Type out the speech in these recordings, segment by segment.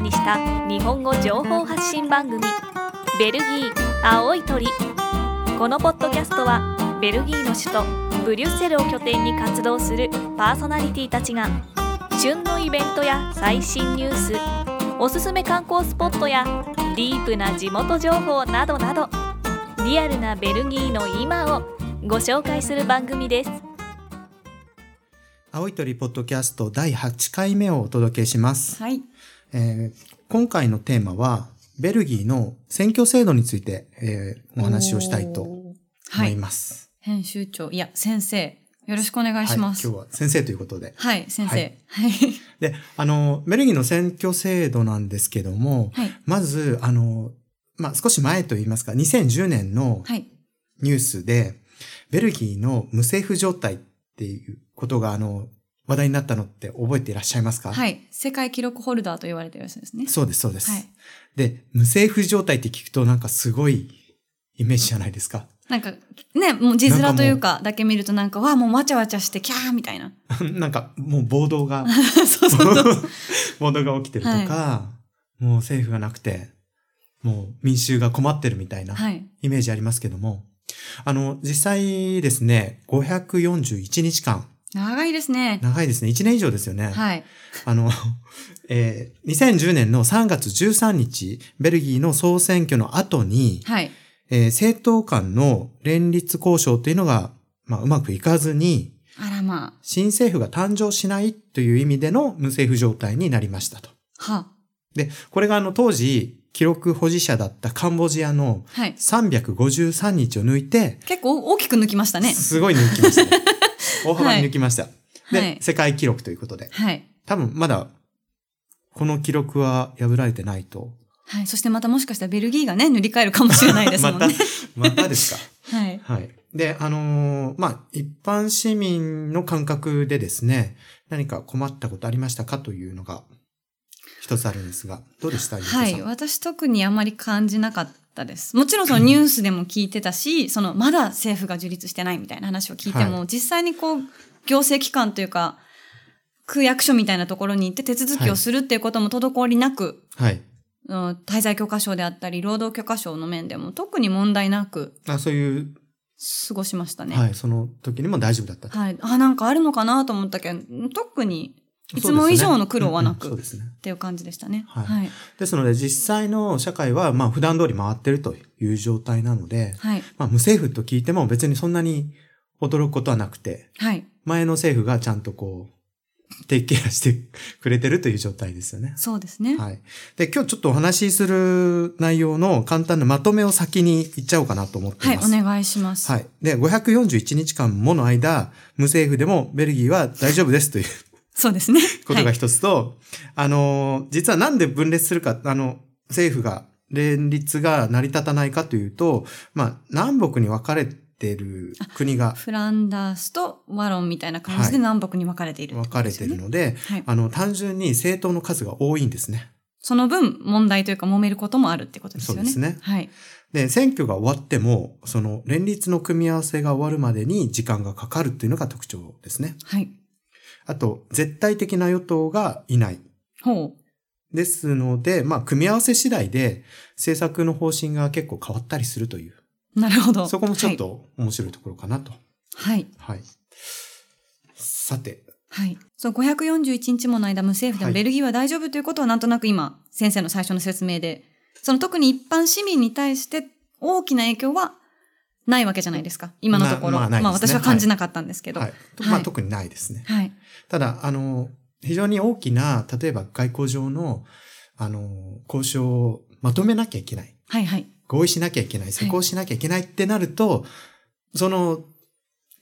にした日本語情報発信番組「ベルギー青い鳥」このポッドキャストはベルギーの首都ブリュッセルを拠点に活動するパーソナリティたちが旬のイベントや最新ニュースおすすめ観光スポットやディープな地元情報などなどリアルなベルギーの今をご紹介する番組です。青い鳥ポッドキャスト第8回目をお届けします。はい。えー今回のテーマは、ベルギーの選挙制度について、えーお話をしたいと思おー。はいい。ます。編集長、いや、先生、よろしくお願いします。ははいい、今日は先生ということで。先は生い。はい。で、あの、ベルギーの選挙制度なんですけども、はい。まず、あの、まあ、少し前といいますか、2010年のはい。ニュースで、ベルギーの無政府状態っていうことが、あの、話題になったのって覚えていらっしゃいますかはい。世界記録ホルダーと言われてるやつですね。そうです、そうです。はい。で、無政府状態って聞くとなんかすごいイメージじゃないですか。 なんか、ね、もう字面というか、だけ見るとなんか、わあ、もうわちゃわちゃして、キャーみたいな。 なんかもう暴動が、そう そう そう。暴動が起きてるとか、もう政府がなくて、もう民衆が困ってるみたいなはい。イメージありますけども、あの、実際ですね、541日間、長いですね。長いですね、1年以上ですよね。はい。あの、 えー2010年の3月13日、ベルギーの総選挙の後に、はい。えー政党間の連立交渉というのが、まあ、うまくいかずに、あらま新政府が誕生しないという意味での無政府状態になりましたと。あ。は。で、これがあの当時、記録保持者だったカンボジアのはい。 353日を抜いて、結構大きく抜きましたね。すごい抜きましたね。 大幅に抜きました。で、はい世界記録ということで。はい。多分まだ、この記録は破られてないと。はい。そしてまたもしかしたらベルギーがね、塗り替えるかもしれないですもん まねた。、またですか。はい。はい。で、あのーまあ、一般市民の感覚でですね、何か困ったことありましたかというのが、一つあるんですが、どうでしたはゆうい、こさん私特にあまり感じなかったです。もちろんそのニュースでも聞いて たし、そのまだ政府が樹立してないみたいな話を聞いても、実際にこう行政機関というか区役所みたいなところに行って手続きをするっていうことも滞りなく、はい。うん滞在許可証であったり労働許可証の面でも特に問題なくあそういう、過ごしましたね。は、はいい、その時にも大丈夫だったと。あなんかあるのかなと思ったけど特にいつも以上の苦労はなくそうですね。うんうんそうですねっていう感じでしたね。はいはい、ですので、実際の社会は、まあ、普段通り回ってるという状態なので、はい、まあ、無政府と聞いても別にそんなに驚くことはなくて、はい前の政府がちゃんとこう、テイクケアしてくれてるという状態ですよね。そうですね。 はい。で、今日ちょっとお話しする内容の簡単なまとめを先に言っちゃおうかなと思ってはいい、まおす。願いします。はい。で、541日間もの間、無政府でもベルギーは大丈夫ですというそうですね。ことがはい、一つと、あの、実はなんで分裂するか、あの、政府が、連立が成り立たないかというと、まあ、南北に分かれてる国がフランダースとワロンみたいな感じで南北に分かれている、分かれてる。ので、はい。あの、単純に政党の数が多いんですね。その分、問題というか揉めることもあるってことですよね。そうですねはい。で、選挙が終わっても、その連立の組み合わせが終わるまでに時間がかかるっていうのが特徴ですね。はい。あと、絶対的な与党がいない。ほう。ですので、まあ、組み合わせ次第で政策の方針が結構変わったりするという、なるほど。そこもちょっと面白いところかなと。はい。はい。さて、はい。はい。そう、541日もの間、無政府ではもいベルギーは大丈夫ということは、なんとなく今、先生の最初の説明で、その特に一般市民に対して大きな影響はないわけじゃないですか。今のとこまろ。あまあないですねまあ私は感じなかったんですけど。ははい。い。とまはあ、い特にないですね。はい。ただ、あの、非常に大きな、例えば外交上の、あの、交渉をまとめなきゃいけない。はい。はい。合意しなきゃいけない、施行しなきゃいけないってなると、その、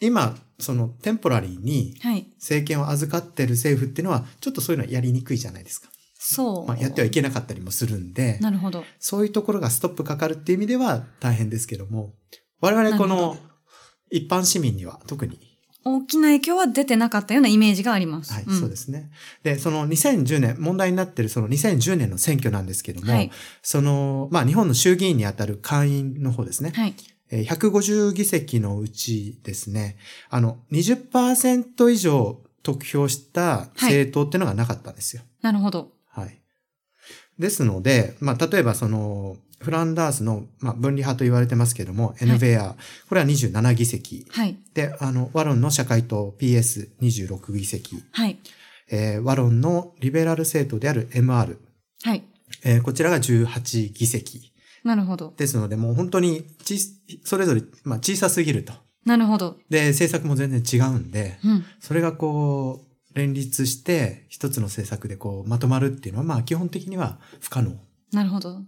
今、その、テンポラリーにはい。政権を預かってる政府っていうのは、ちょっとそういうのはやりにくいじゃないですか。そう。まあ、やってはいけなかったりもするんで、なるほど。そういうところがストップかかるっていう意味では大変ですけども、我々こなるの一般市民には特に、大きな影響は出てなかったようなイメージがあります。はい、んそうですね。で、その2010年、問題になってるその2010年の選挙なんですけども、はいその、まあ日本の衆議院にあたる会員の方ですね。はい。えー150議席のうちですね、あの、20%以上得票した政党ってのがなかったんですよ。なるほど。はい。ですので、まあ、例えばその、フランダースの、まあ、分離派と言われてますけども、NVR、これは27議席。はい。で、あの、ワロンの社会党 PS26 議席。はい。えーワロンのリベラル政党である MR。はい。えーこちらが18議席。なるほど。ですので、もう本当にち、それぞれ、まあ、小さすぎると。なるほど。で、政策も全然違うんで、うん。それがこう、連立して、一つの政策でこう、まとまるっていうのは、まあ、基本的には不可能。なるほど。うん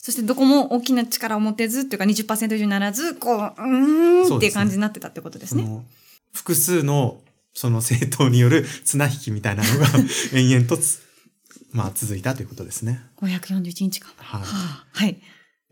そしてどこも大きな力を持てずっていうか20%以上にならず、こう、うーんっていう感じになってたってことですそね。の複数のその政党による綱引きみたいな のが延々とつ、まあ、続いたということですね。 541日か。はい、はあ、はい。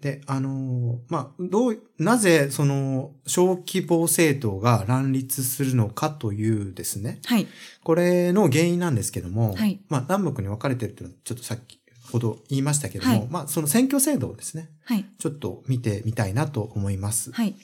で、あのーまあ、どう、なぜ、その、小規模政党が乱立するのかというですね、はい。これの原因なんですけども、はいまあ、南北に分かれてるっていうのは、ちょっとさっきほど言いましたけども、はいまあ、その選挙制度をですね、はい。ちょっと見てみたいなと思います。はい。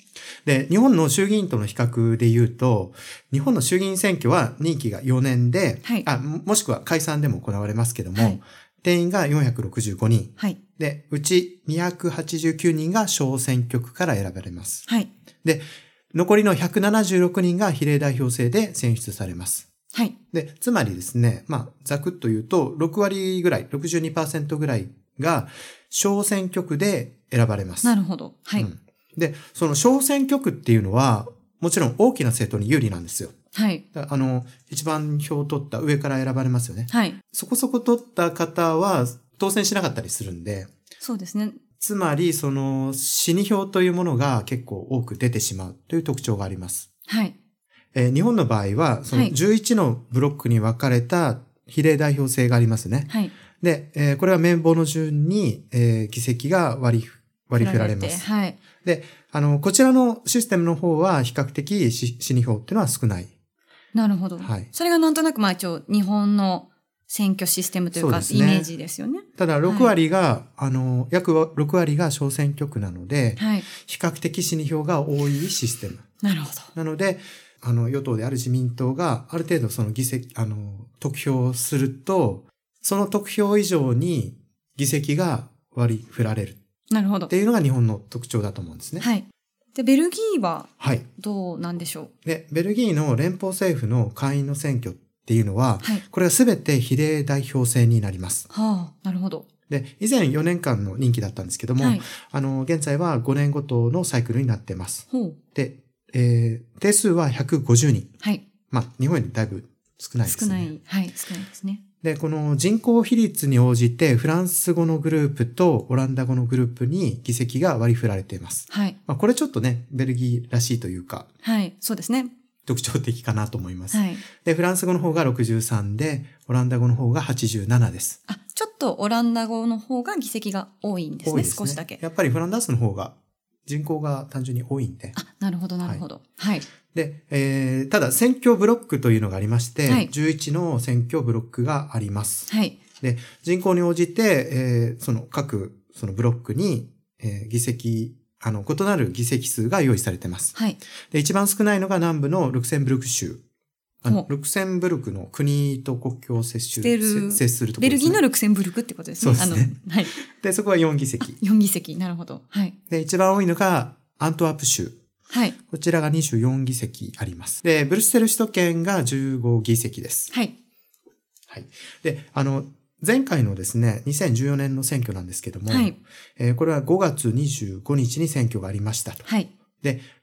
で、日本の衆議院との比較で言うと、日本の衆議院選挙は任期が4年で、はいあももしくは解散でも行われますけども、はい定員が465人。はい。で、うち289人が小選挙区から選ばれます。はい。で、残りの176人が比例代表制で選出されます。はい。で、つまりですね、まあ、ざくっと言うと、6割ぐらい、62%ぐらいが小選挙区で選ばれます。なるほど。はい。うんで、その小選挙区っていうのは、もちろん大きな政党に有利なんですよ。はい。だあの、一番票を取った上から選ばれますよね。はい。そこそこ取った方は当選しなかったりするんで、そうですね。つまり、その、死に票というものが結構多く出てしまうという特徴があります。はい。えー日本の場合は、そのはい11のブロックに分かれた比例代表制がありますね。はい。で、えーこれは綿棒の順に、えー議席が割り、割り振られま振す。られてはい。あの、こちらのシステムの方は比較的し死に票っていうのは少ない。なるほど。はいそれがなんとなく、まあ一応、日本の選挙システムというか、そうですねイメージですよね。ただ、6割が、あの、約6割が小選挙区なので、はい。比較的死に票が多いシステム。なるほど。なので、あの、与党である自民党がある程度その議席、あの、得票をすると、その得票以上に議席が割り振られるなるほどって。いうのが日本の特徴だと思うんですね。はい。で、ベルギーははい。どうなんでしょうで、ベルギーの連邦政府の会員の選挙っていうのは、はい。これは全て比例代表制になります。はあ、なるほど。で、以前4年間の任期だったんですけども、はい。あの、現在は5年ごとのサイクルになってます。ほう。で、えー、定数は150人。はい。まあ、日本よりだいぶ少ないです少ね。ない。はい。少ないですね。で、この人口比率に応じて、フランス語のグループとオランダ語のグループに議席が割り振られています。はい。まあ、これちょっとね、ベルギーらしいというか、はい。そうですね。特徴的かなと思います。はい。で、フランス語の方が63で、オランダ語の方が87です。あ、ちょっとオランダ語の方が議席が多いんです多いね。少しだけ。やっぱりフランダースの方が人口が単純に多いんで。あ、なるほど、なるほど。はい。で、えー、ただ選挙ブロックというのがありまして、はい11の選挙ブロックがあります。はい。で、人口に応じて、えー、その各、そのブロックに、えー議席、あの、異なる議席数が用意されてます。はい。で、一番少ないのが南部のルクセンブルク州。あのほ、ルクセンブルクの国と国境を接ししてる接するとこベろでルす、ギね。ーのルクセンブルクってことですね。そうですねあの、はい。で、そこは4議席。 4議席。なるほど。はい。で、一番多いのがアントワープ州。はい。こちらが24議席あります。で、ブルッセル首都圏が15議席です。はい。はい。で、あの、前回のですね、2014年の選挙なんですけども、はいえーこれは5月25日に選挙がありましたと。はい。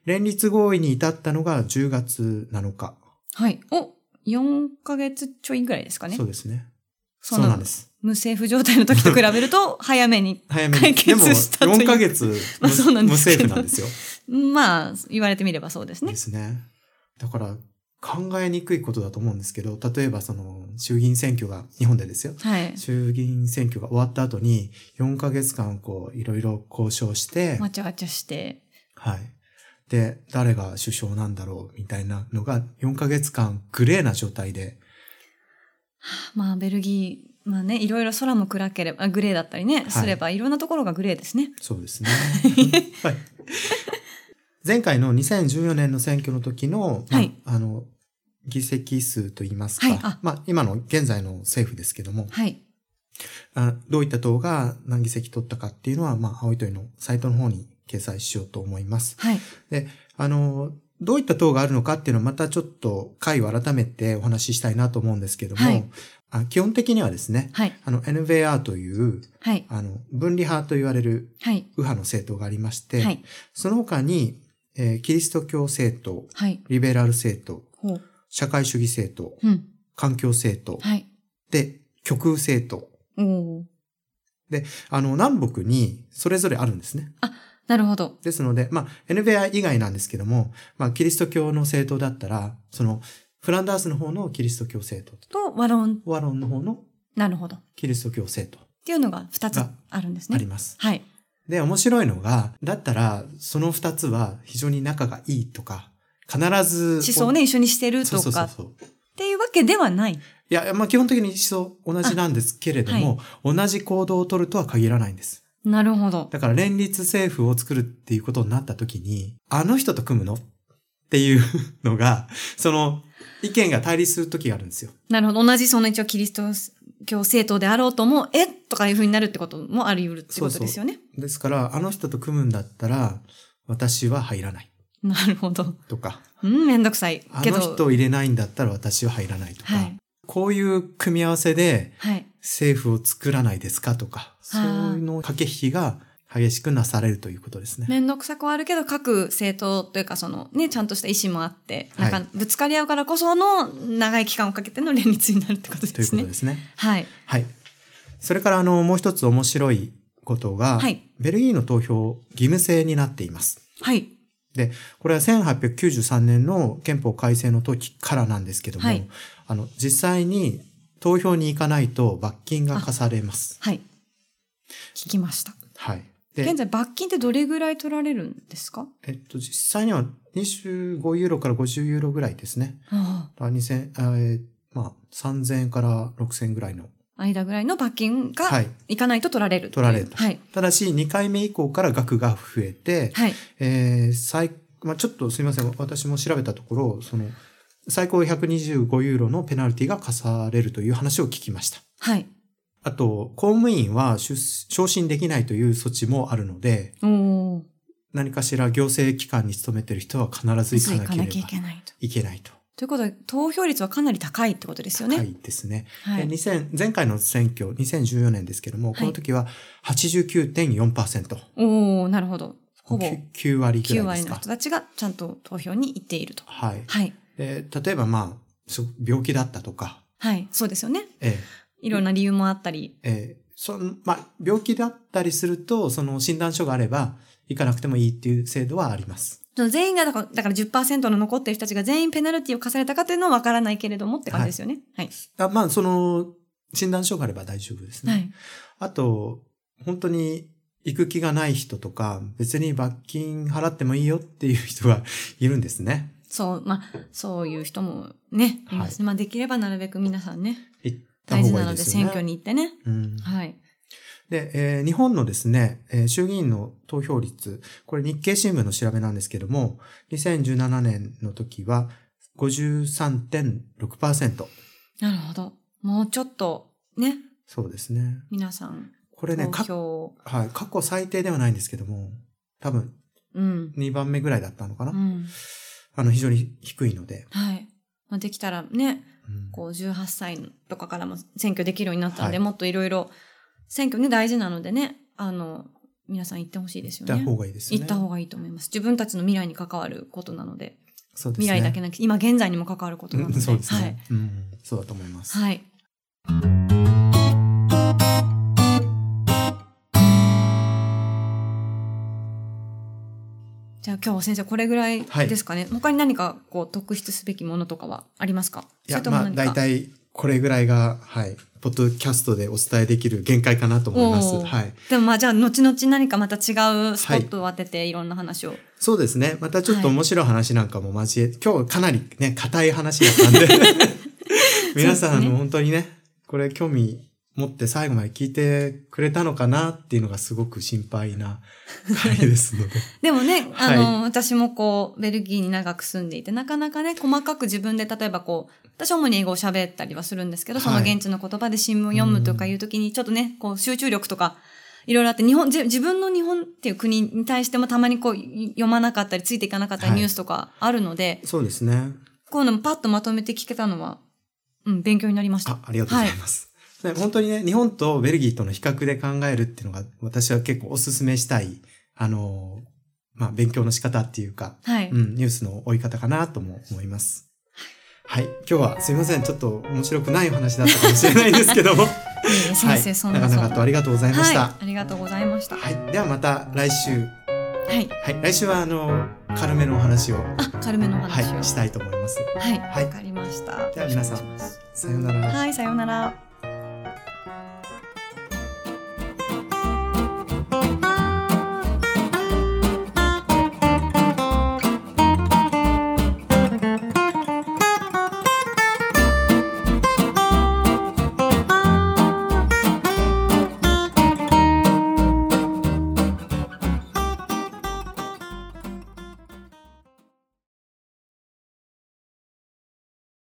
連立合意に至ったのが10月7日。はい。お、4ヶ月ちょいぐらいですかね。そうですね。そそううなのなんです。無政府状態の時と比べ ると、早めに。早めに。解決したというでも、4ヶ月無、 まあそうなんですけど無政府なんですよ。まあ、言われてみればそうですねで。すね。だから、考えにくいことだと思うんですけど、例えばその、衆議院選挙が、日本でですよ。はい。衆議院選挙が終わった後に、4ヶ月間、こう、いろいろ交渉して、わちゃわちゃして。はい。で、誰が首相なんだろう、みたいなのが、4ヶ月間、グレーな状態で、まあ、ベルギー、まあね、いろいろ空も暗ければ、あグレーだったりね、いすれば、いろんなところがグレーですね。そうですね。 はい。前回の2014年の選挙の時の、まあはいあの、議席数といいますか、はいあまあ、今の現在の政府ですけども、はい。あどういった党が何議席取ったかっていうのは、まあ、青い鳥のサイトの方に掲載しようと思います。はい。で、あの、どういった党があるのかっていうのはまたちょっと回を改めてお話ししたいなと思うんですけども、はいあ基本的にはですね、はい。あの NVR という、はい。あの、分離派と言われるはい。右派の政党がありまして、はい。その他に、えーキリスト教政党、はい。リベラル政党、ほう。社会主義政党、うん。環境政党、はい。で、極右政党。おお。あの、南北にそれぞれあるんですね。なるほど。ですので、まあ、NVI 以外なんですけども、まあ、キリスト教の政党だったら、その、フランダースの方のキリスト教政党と、と、和論。ワロンの方のなるほど。っキリスト教政党ていうのが二つがあるんですあねり。ます。はい。で、面白いのが、だったら、その二つは非常に仲がいいとか、必ず、思想をね、一緒にしてるそうとそうそかうっそう。ていうわけではない。いや、まあ、基本的に思想同じなんですけれども、同じ行動を取るとは限らないんです。なるほど。だから連立政府を作るっていうことになった時に、あの人と組むのっていうのが、 その意見が対立する時があるんですよ。なるほど。同じその一応キリスト教政党であろうとも、えとかいうふうになるってこともあり得るってことですよね。ですから、あの人と組むんだったら、私は入らないなるほど。とか、うん、めんどくさい。あけのど。人を入れないんだったら私は入らないとか、はい。こういう組み合わせではい。政府を作らないですかとか、そういうの駆け引きが激しくなされるということですね。めんどくさくはあるけど、各政党というか、そのね、ちゃんとした意思もあって、はいなんかぶつかり合うからこその長い期間をかけての連立になるってこととでいうすことねで。すね。はい。はい。それから、あの、もう一つ面白いことが、はいベルギーの投票義務制になっています。はい。で、これは1893年の憲法改正の時からなんですけども、はいあの、実際に投票に行かないと罰金が課されます。はい。聞きました。はい。で現、在、罰金ってどれぐらい取られるんですかえっと、実際には25ユーロから50ユーロぐらいですね。ああ2000、あえーまあ、3000円から6000円ぐらいの。あ間ぐらいの罰金はがい。いかないと取られるっていう取られるとはい。ただし、2回目以降から額が増えて、はい。えー最、まあ、ちょっとすみません。私も調べたところ、その、最高125ユーロのペナルティが課されるという話を聞きました。はい。あと、公務員は出昇進できないという措置もあるので、おお。何かしら行政機関に勤めてる人は必ずそう行いかかななけれきゃいばけないと。いけないと。ということで、投票率はかなり高いってことですよはね。いですね。はでい。 2000前回の選挙、2014年ですけども、はいこの時は89.4%。おおなるほど。ほぼ 9, 9割ぐ9らいで割すのか人。たちがちゃんと投票に行っていると。はい。はい。で例えばまあ、す病気だったとか、はい。そうですよね。ええいろんな理由もあったり。えーその、まあ、病気だったりすると、その診断書があれば、行かなくてもいいっていう制度はあります。その全員がだから、だから10%の残ってる人たちが全員ペナルティを課されたかというのは分からないけれどもって感じですよね。はい。あまあ、その、診断書があれば大丈夫ですね。はい。あと、本当に、行く気がない人とか、別に罰金払ってもいいよっていう人が いるんですね。そう、まあ、そういう人もね、いますね。まあ、できればなるべく皆さんね、行った方大事がないいのでですよ選ね。挙に行ってね。うん、はい。で、えー日本のですね、えー衆議院の投票率、これ日経新聞の調べなんですけども、2017年の時は53.6%。なるほど。もうちょっと、ね、そうですね。皆さん、これね、投か票を、はい、過去最低ではないんですけども、多分うん。 2番目ぐらいだったのかな。うん。あの、非常に低いので。はい。まあ、できたらね、うんこう18歳とかからも選挙できるようになったんで、はいもっといろいろ選挙ね大事なのでねあの皆さん行ってほしいです行っよたね方がいいですよね。行った方がいいと思います自分たちの未来に関わることなのでそうですね。未来だけなく今現在にも関わることなのうで、んそうですね、うん。そうだと思います。はい、はい、じゃあ今日は先生これぐらいですかね、他に何かこう特筆すべきものとかはありますかいそやれ、ともまあ、何か大体これぐらいが、はい、ポッドキャストでお伝えできる限界かなと思います。おーはい。でもまあじゃあ後々何かまた違うスポットを当てていろんな話を、そうですね。またちょっとはい面白い話なんかも交え、今日かなり ね、硬い話だったんで、皆さん、そうですねあの本当にね、これ興味持って最後まで聞いてくれたのかなっていうのがすごく心配な回ですので。でもね、あはいの、私もこう、ベルギーに長く住んでいて、なかなかね、細かく自分で、例えばこう、私主に英語を喋ったりはするんですけど、そのはい現地の言葉で新聞を読むとかいう時に、ちょっとね、こう、集中力とか、いろいろあって、日本、じ自分の日本っていう国に対してもたまにこう、い読まなかったり、ついていかなかったりはいニュースとかあるので、 そうですね。こういうのもパッとまとめて聞けたのは、うん、勉強になりましたあ。ありがとうございます。で本当にね、日本とベルギーとの比較で考えるっていうのが、私は結構お勧めしたい、あの、まあ、勉強の仕方っていうか、はい。うん、ニュースの追い方かなとも思います。はい。今日はすいません。ちょっと面白くないお話だったかもしれないんですけども。いえいえは 先生、そい。んな長そん々とありがとうございましたは。い。ありがとうございました。ははい。ではまた来週。い。はい。来週はあの、軽めのお話を、あ、軽めのお話を。はい、したいと思います。はい、わ、はいかりました。では皆さんよろしくお願いしますさようなら。はい、さようなら。